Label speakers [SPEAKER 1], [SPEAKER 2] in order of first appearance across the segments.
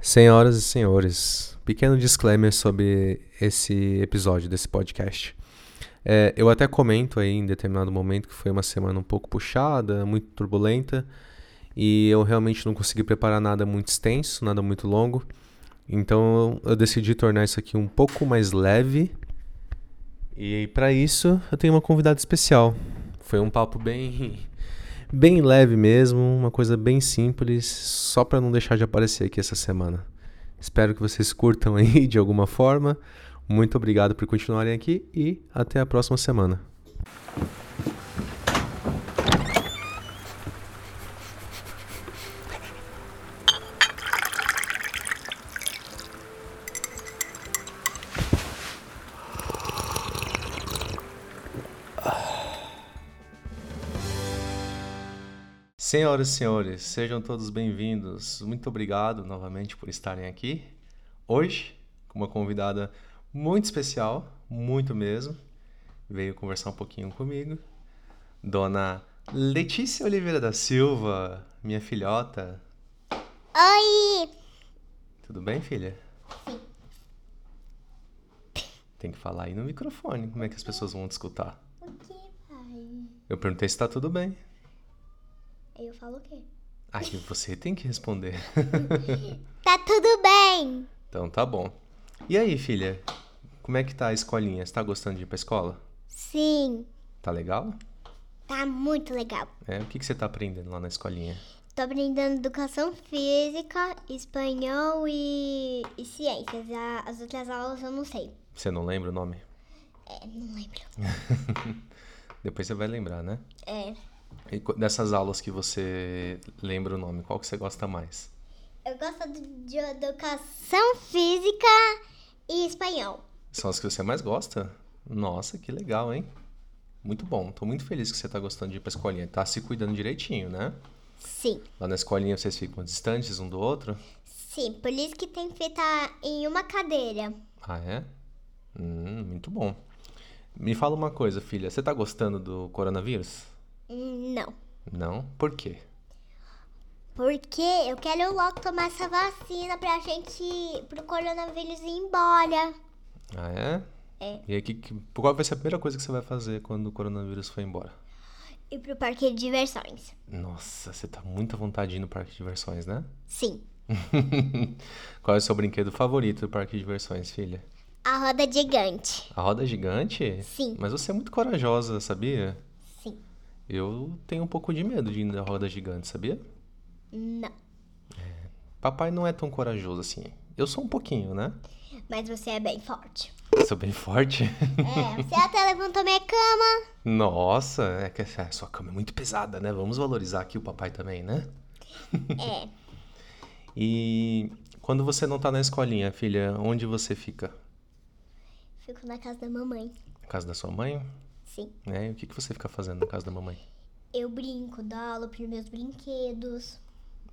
[SPEAKER 1] Senhoras e senhores, pequeno disclaimer sobre esse episódio desse podcast. É, eu até comento aí em determinado momento que foi uma semana um pouco puxada, muito turbulenta, e eu realmente não consegui preparar nada muito extenso, nada muito longo. Então eu decidi tornar isso aqui um pouco mais leve. E para isso eu tenho uma convidada especial. Foi um papo bem bem leve mesmo, uma coisa bem simples, só para não deixar de aparecer aqui essa semana. Espero que vocês curtam aí de alguma forma. Muito obrigado por continuarem aqui e até a próxima semana. Senhoras e senhores, sejam todos bem-vindos. Muito obrigado novamente por estarem aqui. Hoje, com uma convidada muito especial, muito mesmo, veio conversar um pouquinho comigo, Dona Letícia Oliveira da Silva, minha filhota.
[SPEAKER 2] Oi!
[SPEAKER 1] Tudo bem, filha? Tem que falar aí no microfone, como é que as pessoas vão te escutar?
[SPEAKER 2] O que, pai?
[SPEAKER 1] Eu perguntei se tá tudo bem.
[SPEAKER 2] Eu falo o quê?
[SPEAKER 1] Aí você tem que responder.
[SPEAKER 2] Tá tudo bem!
[SPEAKER 1] Então tá bom. E aí, filha? Como é que tá a escolinha? Você tá gostando de ir pra escola?
[SPEAKER 2] Sim,
[SPEAKER 1] Tá legal?
[SPEAKER 2] tá muito legal.
[SPEAKER 1] É, o que, que você tá aprendendo lá na escolinha?
[SPEAKER 2] Tô aprendendo educação física, espanhol e, e ciências. A- as outras aulas eu não sei.
[SPEAKER 1] Você não lembra o nome?
[SPEAKER 2] É, não lembro.
[SPEAKER 1] Depois você vai lembrar, né?
[SPEAKER 2] É.
[SPEAKER 1] E qu- dessas aulas que você lembra o nome, qual que você gosta mais?
[SPEAKER 2] Eu gosto de, de educação física e espanhol.
[SPEAKER 1] São as que você mais gosta? Nossa, que legal, hein? Muito bom. Tô muito feliz que você tá gostando de ir pra escolinha. Tá se cuidando direitinho, né?
[SPEAKER 2] Sim,
[SPEAKER 1] Lá na escolinha vocês ficam distantes um do outro?
[SPEAKER 2] sim. Por isso que tem fita em uma cadeira.
[SPEAKER 1] Ah, é? Hum, muito bom. Me fala uma coisa, filha. Você tá gostando do coronavírus?
[SPEAKER 2] Hum, Não.
[SPEAKER 1] Não? Por quê?
[SPEAKER 2] Porque eu quero logo tomar essa vacina pra gente, pro coronavírus ir embora.
[SPEAKER 1] Ah, é?
[SPEAKER 2] É.
[SPEAKER 1] E aí, que, que- qual vai ser a primeira coisa que você vai fazer quando o coronavírus for embora?
[SPEAKER 2] E pro parque de diversões.
[SPEAKER 1] Nossa, você tá muito à vontade de ir no parque de diversões, né?
[SPEAKER 2] Sim.
[SPEAKER 1] qual é o seu brinquedo favorito do parque de diversões, filha?
[SPEAKER 2] A roda gigante.
[SPEAKER 1] A roda é gigante?
[SPEAKER 2] Sim.
[SPEAKER 1] Mas você é muito corajosa, sabia?
[SPEAKER 2] Sim.
[SPEAKER 1] Eu tenho um pouco de medo de ir na roda gigante, sabia?
[SPEAKER 2] Não.
[SPEAKER 1] Papai não é tão corajoso assim. Eu sou um pouquinho, né?
[SPEAKER 2] Mas você é bem forte.
[SPEAKER 1] Sou bem forte.
[SPEAKER 2] É, você até levantou minha cama.
[SPEAKER 1] Nossa, é que essa- sua cama é muito pesada, né? Vamos valorizar aqui o papai também, né?
[SPEAKER 2] É.
[SPEAKER 1] E quando você não tá na escolinha, filha, onde você fica?
[SPEAKER 2] Fico na casa da mamãe.
[SPEAKER 1] Na casa da sua mãe?
[SPEAKER 2] Sim.
[SPEAKER 1] Né? E o que, que você fica fazendo na casa da mamãe?
[SPEAKER 2] Eu brinco, dou aula pros meus brinquedos.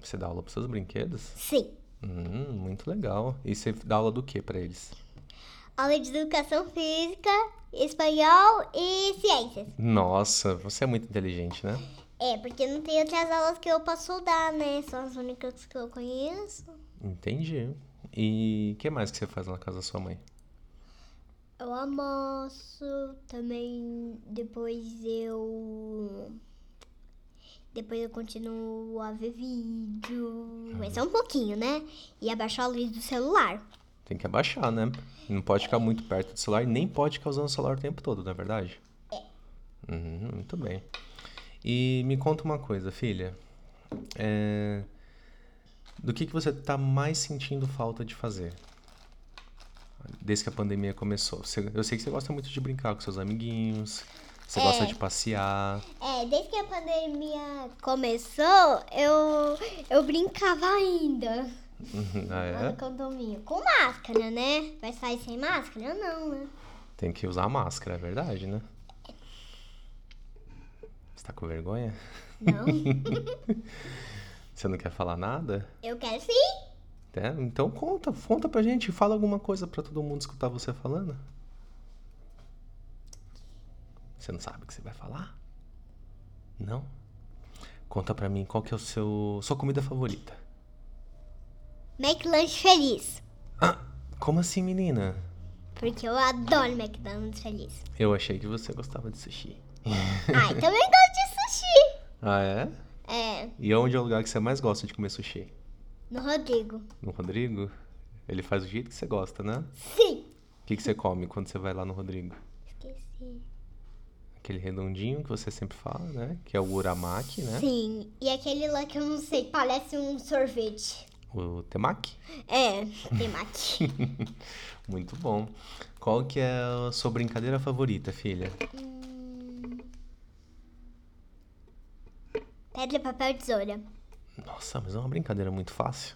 [SPEAKER 1] Você dá aula pros seus brinquedos?
[SPEAKER 2] Sim.
[SPEAKER 1] Hum, muito legal. E você dá aula do que pra eles?
[SPEAKER 2] Aula de educação física, espanhol e ciências.
[SPEAKER 1] Nossa, você é muito inteligente, né?
[SPEAKER 2] É, porque não tem outras aulas que eu posso dar, né? São as únicas que eu conheço.
[SPEAKER 1] Entendi. E o que mais que você faz lá na casa da sua mãe?
[SPEAKER 2] Eu almoço, também depois eu. Depois eu continuo a ver vídeo. Mas é um pouquinho, né? E abaixo a luz do celular.
[SPEAKER 1] Tem que abaixar, né? Não pode ficar muito perto do celular, e nem pode ficar usando o celular o tempo todo, não é verdade? É. muito bem. E me conta uma coisa, filha. É, Do que, que você tá mais sentindo falta de fazer? Desde que a pandemia começou. Você- Eu sei que você gosta muito de brincar com seus amiguinhos, você gosta de passear.
[SPEAKER 2] É, desde que a pandemia começou, eu, eu brincava ainda
[SPEAKER 1] Ah,
[SPEAKER 2] lá
[SPEAKER 1] é?
[SPEAKER 2] no condomínio. Com máscara, né? Vai sair sem máscara? Não, né?
[SPEAKER 1] Tem que usar máscara, é verdade, né? Você tá com vergonha?
[SPEAKER 2] Não.
[SPEAKER 1] Você não quer falar nada?
[SPEAKER 2] eu quero sim.
[SPEAKER 1] É, então conta, conta pra gente, fala alguma coisa pra todo mundo escutar você falando. Você não sabe o que você vai falar? Não? Conta pra mim qual que é o seu sua comida favorita.
[SPEAKER 2] McLanche Feliz.
[SPEAKER 1] Como assim, menina?
[SPEAKER 2] Porque eu adoro McDonald's Feliz.
[SPEAKER 1] Eu achei que você gostava de sushi.
[SPEAKER 2] Ai, também gosto de sushi.
[SPEAKER 1] Ah, é?
[SPEAKER 2] É,
[SPEAKER 1] E onde é o lugar que você mais gosta de comer sushi?
[SPEAKER 2] no Rodrigo.
[SPEAKER 1] No Rodrigo? Ele faz o jeito que você gosta, né?
[SPEAKER 2] Sim.
[SPEAKER 1] O que, que você come quando você vai lá no Rodrigo?
[SPEAKER 2] Esqueci.
[SPEAKER 1] Aquele redondinho que você sempre fala, né? Que é o uramaki, né?
[SPEAKER 2] Sim. E aquele lá que eu não sei, parece um sorvete.
[SPEAKER 1] O temaki.
[SPEAKER 2] É, temaki.
[SPEAKER 1] Muito bom. Qual que é a sua brincadeira favorita, filha?
[SPEAKER 2] Pedra, papel, tesoura.
[SPEAKER 1] Nossa, mas é uma brincadeira muito fácil.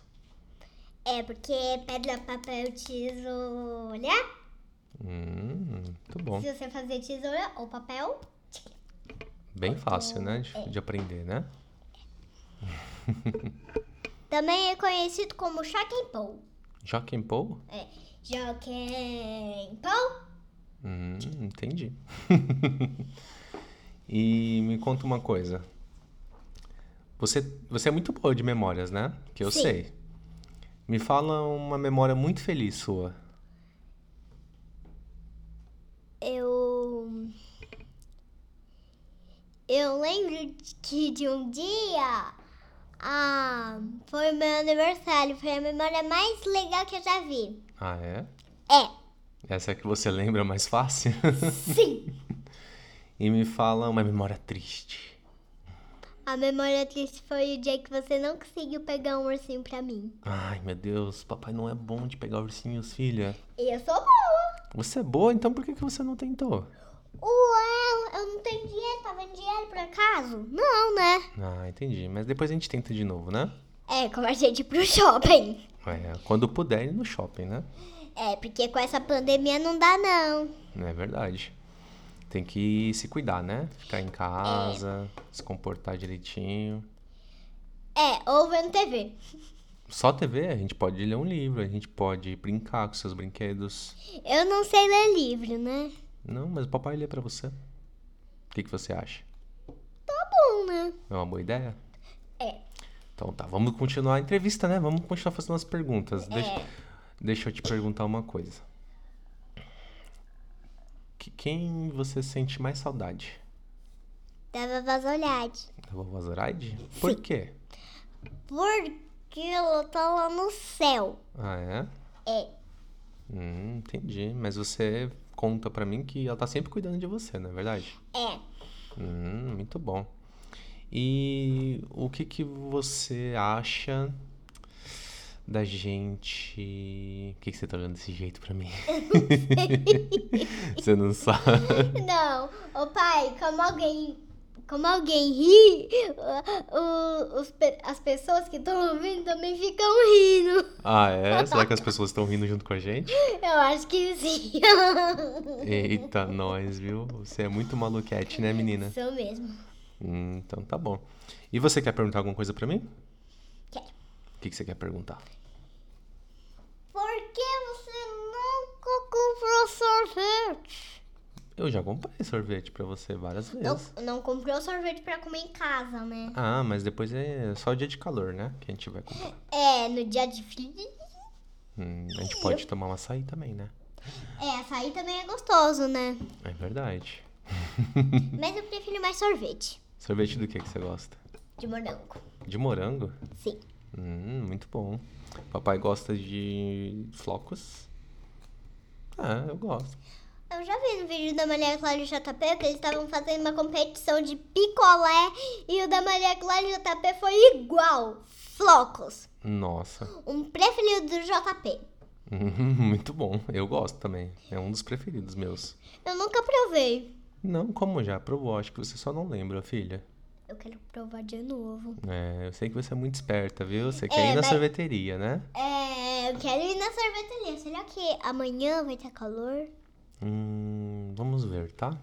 [SPEAKER 2] É, porque pedra, papel, tesoura.
[SPEAKER 1] Hum, muito bom.
[SPEAKER 2] Se você fazer tesoura ou papel,
[SPEAKER 1] Bem fácil, né? De, de aprender, né?
[SPEAKER 2] também é conhecido como Shaken Pou.
[SPEAKER 1] Joaquim Paul?
[SPEAKER 2] É, Shaken Pou.
[SPEAKER 1] Hum, entendi. e me conta uma coisa. Você, você é muito boa de memórias, né? Que eu
[SPEAKER 2] Sim.
[SPEAKER 1] sei. Me fala uma memória muito feliz sua.
[SPEAKER 2] Eu. Eu lembro de que de um dia. Ah, foi meu aniversário. Foi a memória mais legal que eu já vi.
[SPEAKER 1] Ah, é?
[SPEAKER 2] É,
[SPEAKER 1] Essa é que você lembra mais fácil?
[SPEAKER 2] sim.
[SPEAKER 1] e me fala uma memória triste.
[SPEAKER 2] A memória triste foi o dia que você não conseguiu pegar um ursinho pra mim.
[SPEAKER 1] Ai, meu Deus, papai não é bom de pegar ursinhos, filha.
[SPEAKER 2] E eu sou boa.
[SPEAKER 1] Você é boa, então por que que você não tentou?
[SPEAKER 2] Ué, eu não tenho dinheiro, tá vendo dinheiro por acaso? Não, né?
[SPEAKER 1] Ah, entendi. Mas depois a gente tenta de novo, né?
[SPEAKER 2] É, como a gente ir pro shopping.
[SPEAKER 1] É, quando puder ir no shopping, né?
[SPEAKER 2] É, porque com essa pandemia não dá, não.
[SPEAKER 1] É verdade. Tem que se cuidar, né? Ficar em casa, se comportar direitinho.
[SPEAKER 2] É, ou vendo TV.
[SPEAKER 1] Só TV, a gente pode ler um livro, a gente pode brincar com seus brinquedos.
[SPEAKER 2] Eu não sei ler livro, né?
[SPEAKER 1] Não, mas o papai lê pra você. O que, que você acha?
[SPEAKER 2] Bom, né?
[SPEAKER 1] É uma boa ideia?
[SPEAKER 2] É.
[SPEAKER 1] Então tá, vamos continuar a entrevista, né? Vamos continuar fazendo as
[SPEAKER 2] É.
[SPEAKER 1] perguntas. Deixa, deixa eu te perguntar uma coisa. Que- quem você sente mais saudade?
[SPEAKER 2] Dava vasolhade.
[SPEAKER 1] Da vovó Zoraide? Por quê?
[SPEAKER 2] Porque ela tá lá no céu.
[SPEAKER 1] Ah, é?
[SPEAKER 2] É.
[SPEAKER 1] Hum, entendi. Mas você conta pra mim que ela tá sempre cuidando de você, não é verdade?
[SPEAKER 2] É.
[SPEAKER 1] Hum, muito bom. E o que que você acha da gente... Por que que você tá olhando desse jeito pra mim? Você não sabe?
[SPEAKER 2] Não, ô pai, como alguém. Como alguém ri, o- o- os pe- as pessoas que estão ouvindo também ficam rindo.
[SPEAKER 1] Ah, é? Será que as pessoas estão rindo junto com a gente?
[SPEAKER 2] Eu acho que sim.
[SPEAKER 1] Eita, nós, viu? Você é muito maluquete, né, menina?
[SPEAKER 2] Sou mesmo.
[SPEAKER 1] Hum, então tá bom. E você quer perguntar alguma coisa pra mim?
[SPEAKER 2] Quero.
[SPEAKER 1] O que que você quer perguntar?
[SPEAKER 2] Por que você nunca comprou sorvete?
[SPEAKER 1] Eu já comprei sorvete pra você várias vezes.
[SPEAKER 2] Não, não comprou sorvete pra comer em casa, né?
[SPEAKER 1] Ah, mas depois é só dia de calor, né? Que a gente vai comprar.
[SPEAKER 2] É, no dia de frio.
[SPEAKER 1] Hum, a gente pode tomar um açaí também, né?
[SPEAKER 2] É, açaí também é gostoso, né?
[SPEAKER 1] É verdade.
[SPEAKER 2] Mas eu prefiro mais sorvete
[SPEAKER 1] Sorvete do que que você gosta?
[SPEAKER 2] de morango.
[SPEAKER 1] De morango?
[SPEAKER 2] Sim.
[SPEAKER 1] Hum, muito bom. Papai gosta de flocos. Ah, eu gosto.
[SPEAKER 2] Eu já vi no vídeo da Maria Clara e JP que eles estavam fazendo uma competição de picolé e o da Maria Clara e JP foi igual. Flocos.
[SPEAKER 1] Nossa.
[SPEAKER 2] Um preferido do JP.
[SPEAKER 1] Hum, muito bom. Eu gosto também. É um dos preferidos meus.
[SPEAKER 2] Eu nunca provei.
[SPEAKER 1] Não, como já provou, acho que você só não lembra, filha.
[SPEAKER 2] Eu quero provar de novo.
[SPEAKER 1] É, eu sei que você é muito esperta, viu? Você quer ir na
[SPEAKER 2] mas-
[SPEAKER 1] sorveteria, né?
[SPEAKER 2] É, eu quero ir na sorveteria. Será que amanhã vai estar calor?
[SPEAKER 1] Hum, vamos ver, tá?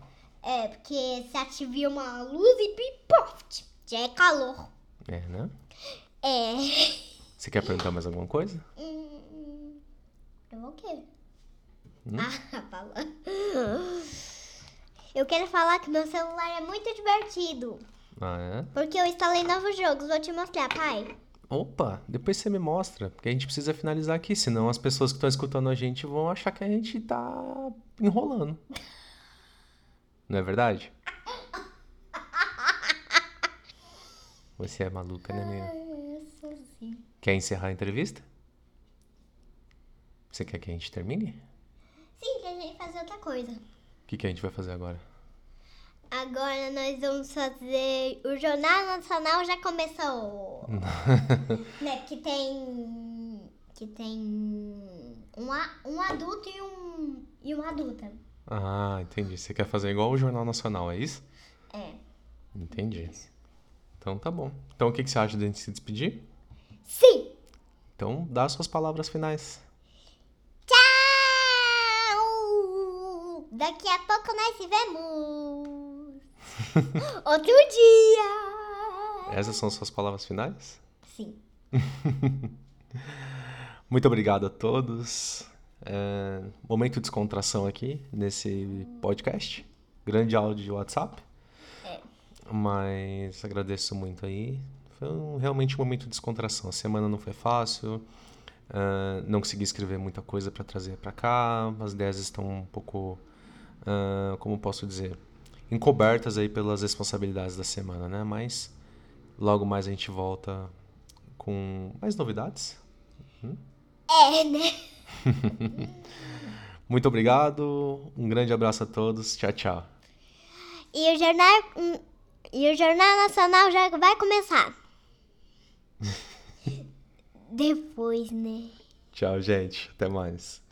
[SPEAKER 2] É, porque se ativou uma luz e pipoft. Já é calor.
[SPEAKER 1] É, né?
[SPEAKER 2] É.
[SPEAKER 1] Você quer perguntar mais alguma coisa?
[SPEAKER 2] Hum, É, eu vou o quê? Ah, fala. Eu quero falar que meu celular é muito divertido.
[SPEAKER 1] Ah, é?
[SPEAKER 2] Porque eu instalei novos jogos. Vou te mostrar, pai.
[SPEAKER 1] Opa, depois você me mostra, porque a gente precisa finalizar aqui, senão as pessoas que estão escutando a gente vão achar que a gente tá enrolando. Não é verdade? Você é maluca, né, menina?
[SPEAKER 2] Ai, eu sou assim.
[SPEAKER 1] Quer encerrar a entrevista? Você quer que a gente termine?
[SPEAKER 2] Sim, pra gente fazer outra coisa.
[SPEAKER 1] O que, que a gente vai fazer agora?
[SPEAKER 2] Agora nós vamos fazer. O Jornal Nacional já começou. né? Que tem. Que tem. Um, a- um adulto e um. E uma adulta.
[SPEAKER 1] Ah, entendi. Você quer fazer igual o Jornal Nacional, é isso?
[SPEAKER 2] É.
[SPEAKER 1] Entendi. Então tá bom. Então o que, que você acha de a gente se despedir?
[SPEAKER 2] Sim!
[SPEAKER 1] Então dá suas palavras finais.
[SPEAKER 2] Tchau! Então, Daqui a pouco nós se vemos! Outro dia!
[SPEAKER 1] Essas são suas palavras finais?
[SPEAKER 2] Sim.
[SPEAKER 1] Muito obrigado a todos. É, momento de descontração aqui nesse podcast. Grande áudio de WhatsApp. Mas agradeço muito aí. Foi um- realmente um momento de descontração. A semana não foi fácil. é, não consegui escrever muita coisa para trazer para cá. As ideias estão um pouco, é, como posso dizer, encobertas aí pelas responsabilidades da semana, né? Mas logo mais a gente volta com mais novidades.
[SPEAKER 2] É, né?
[SPEAKER 1] Muito obrigado, um grande abraço a todos, tchau, tchau.
[SPEAKER 2] E o jornal. hum, E o Jornal Nacional já vai começar. Depois, né?
[SPEAKER 1] Tchau, gente, até mais.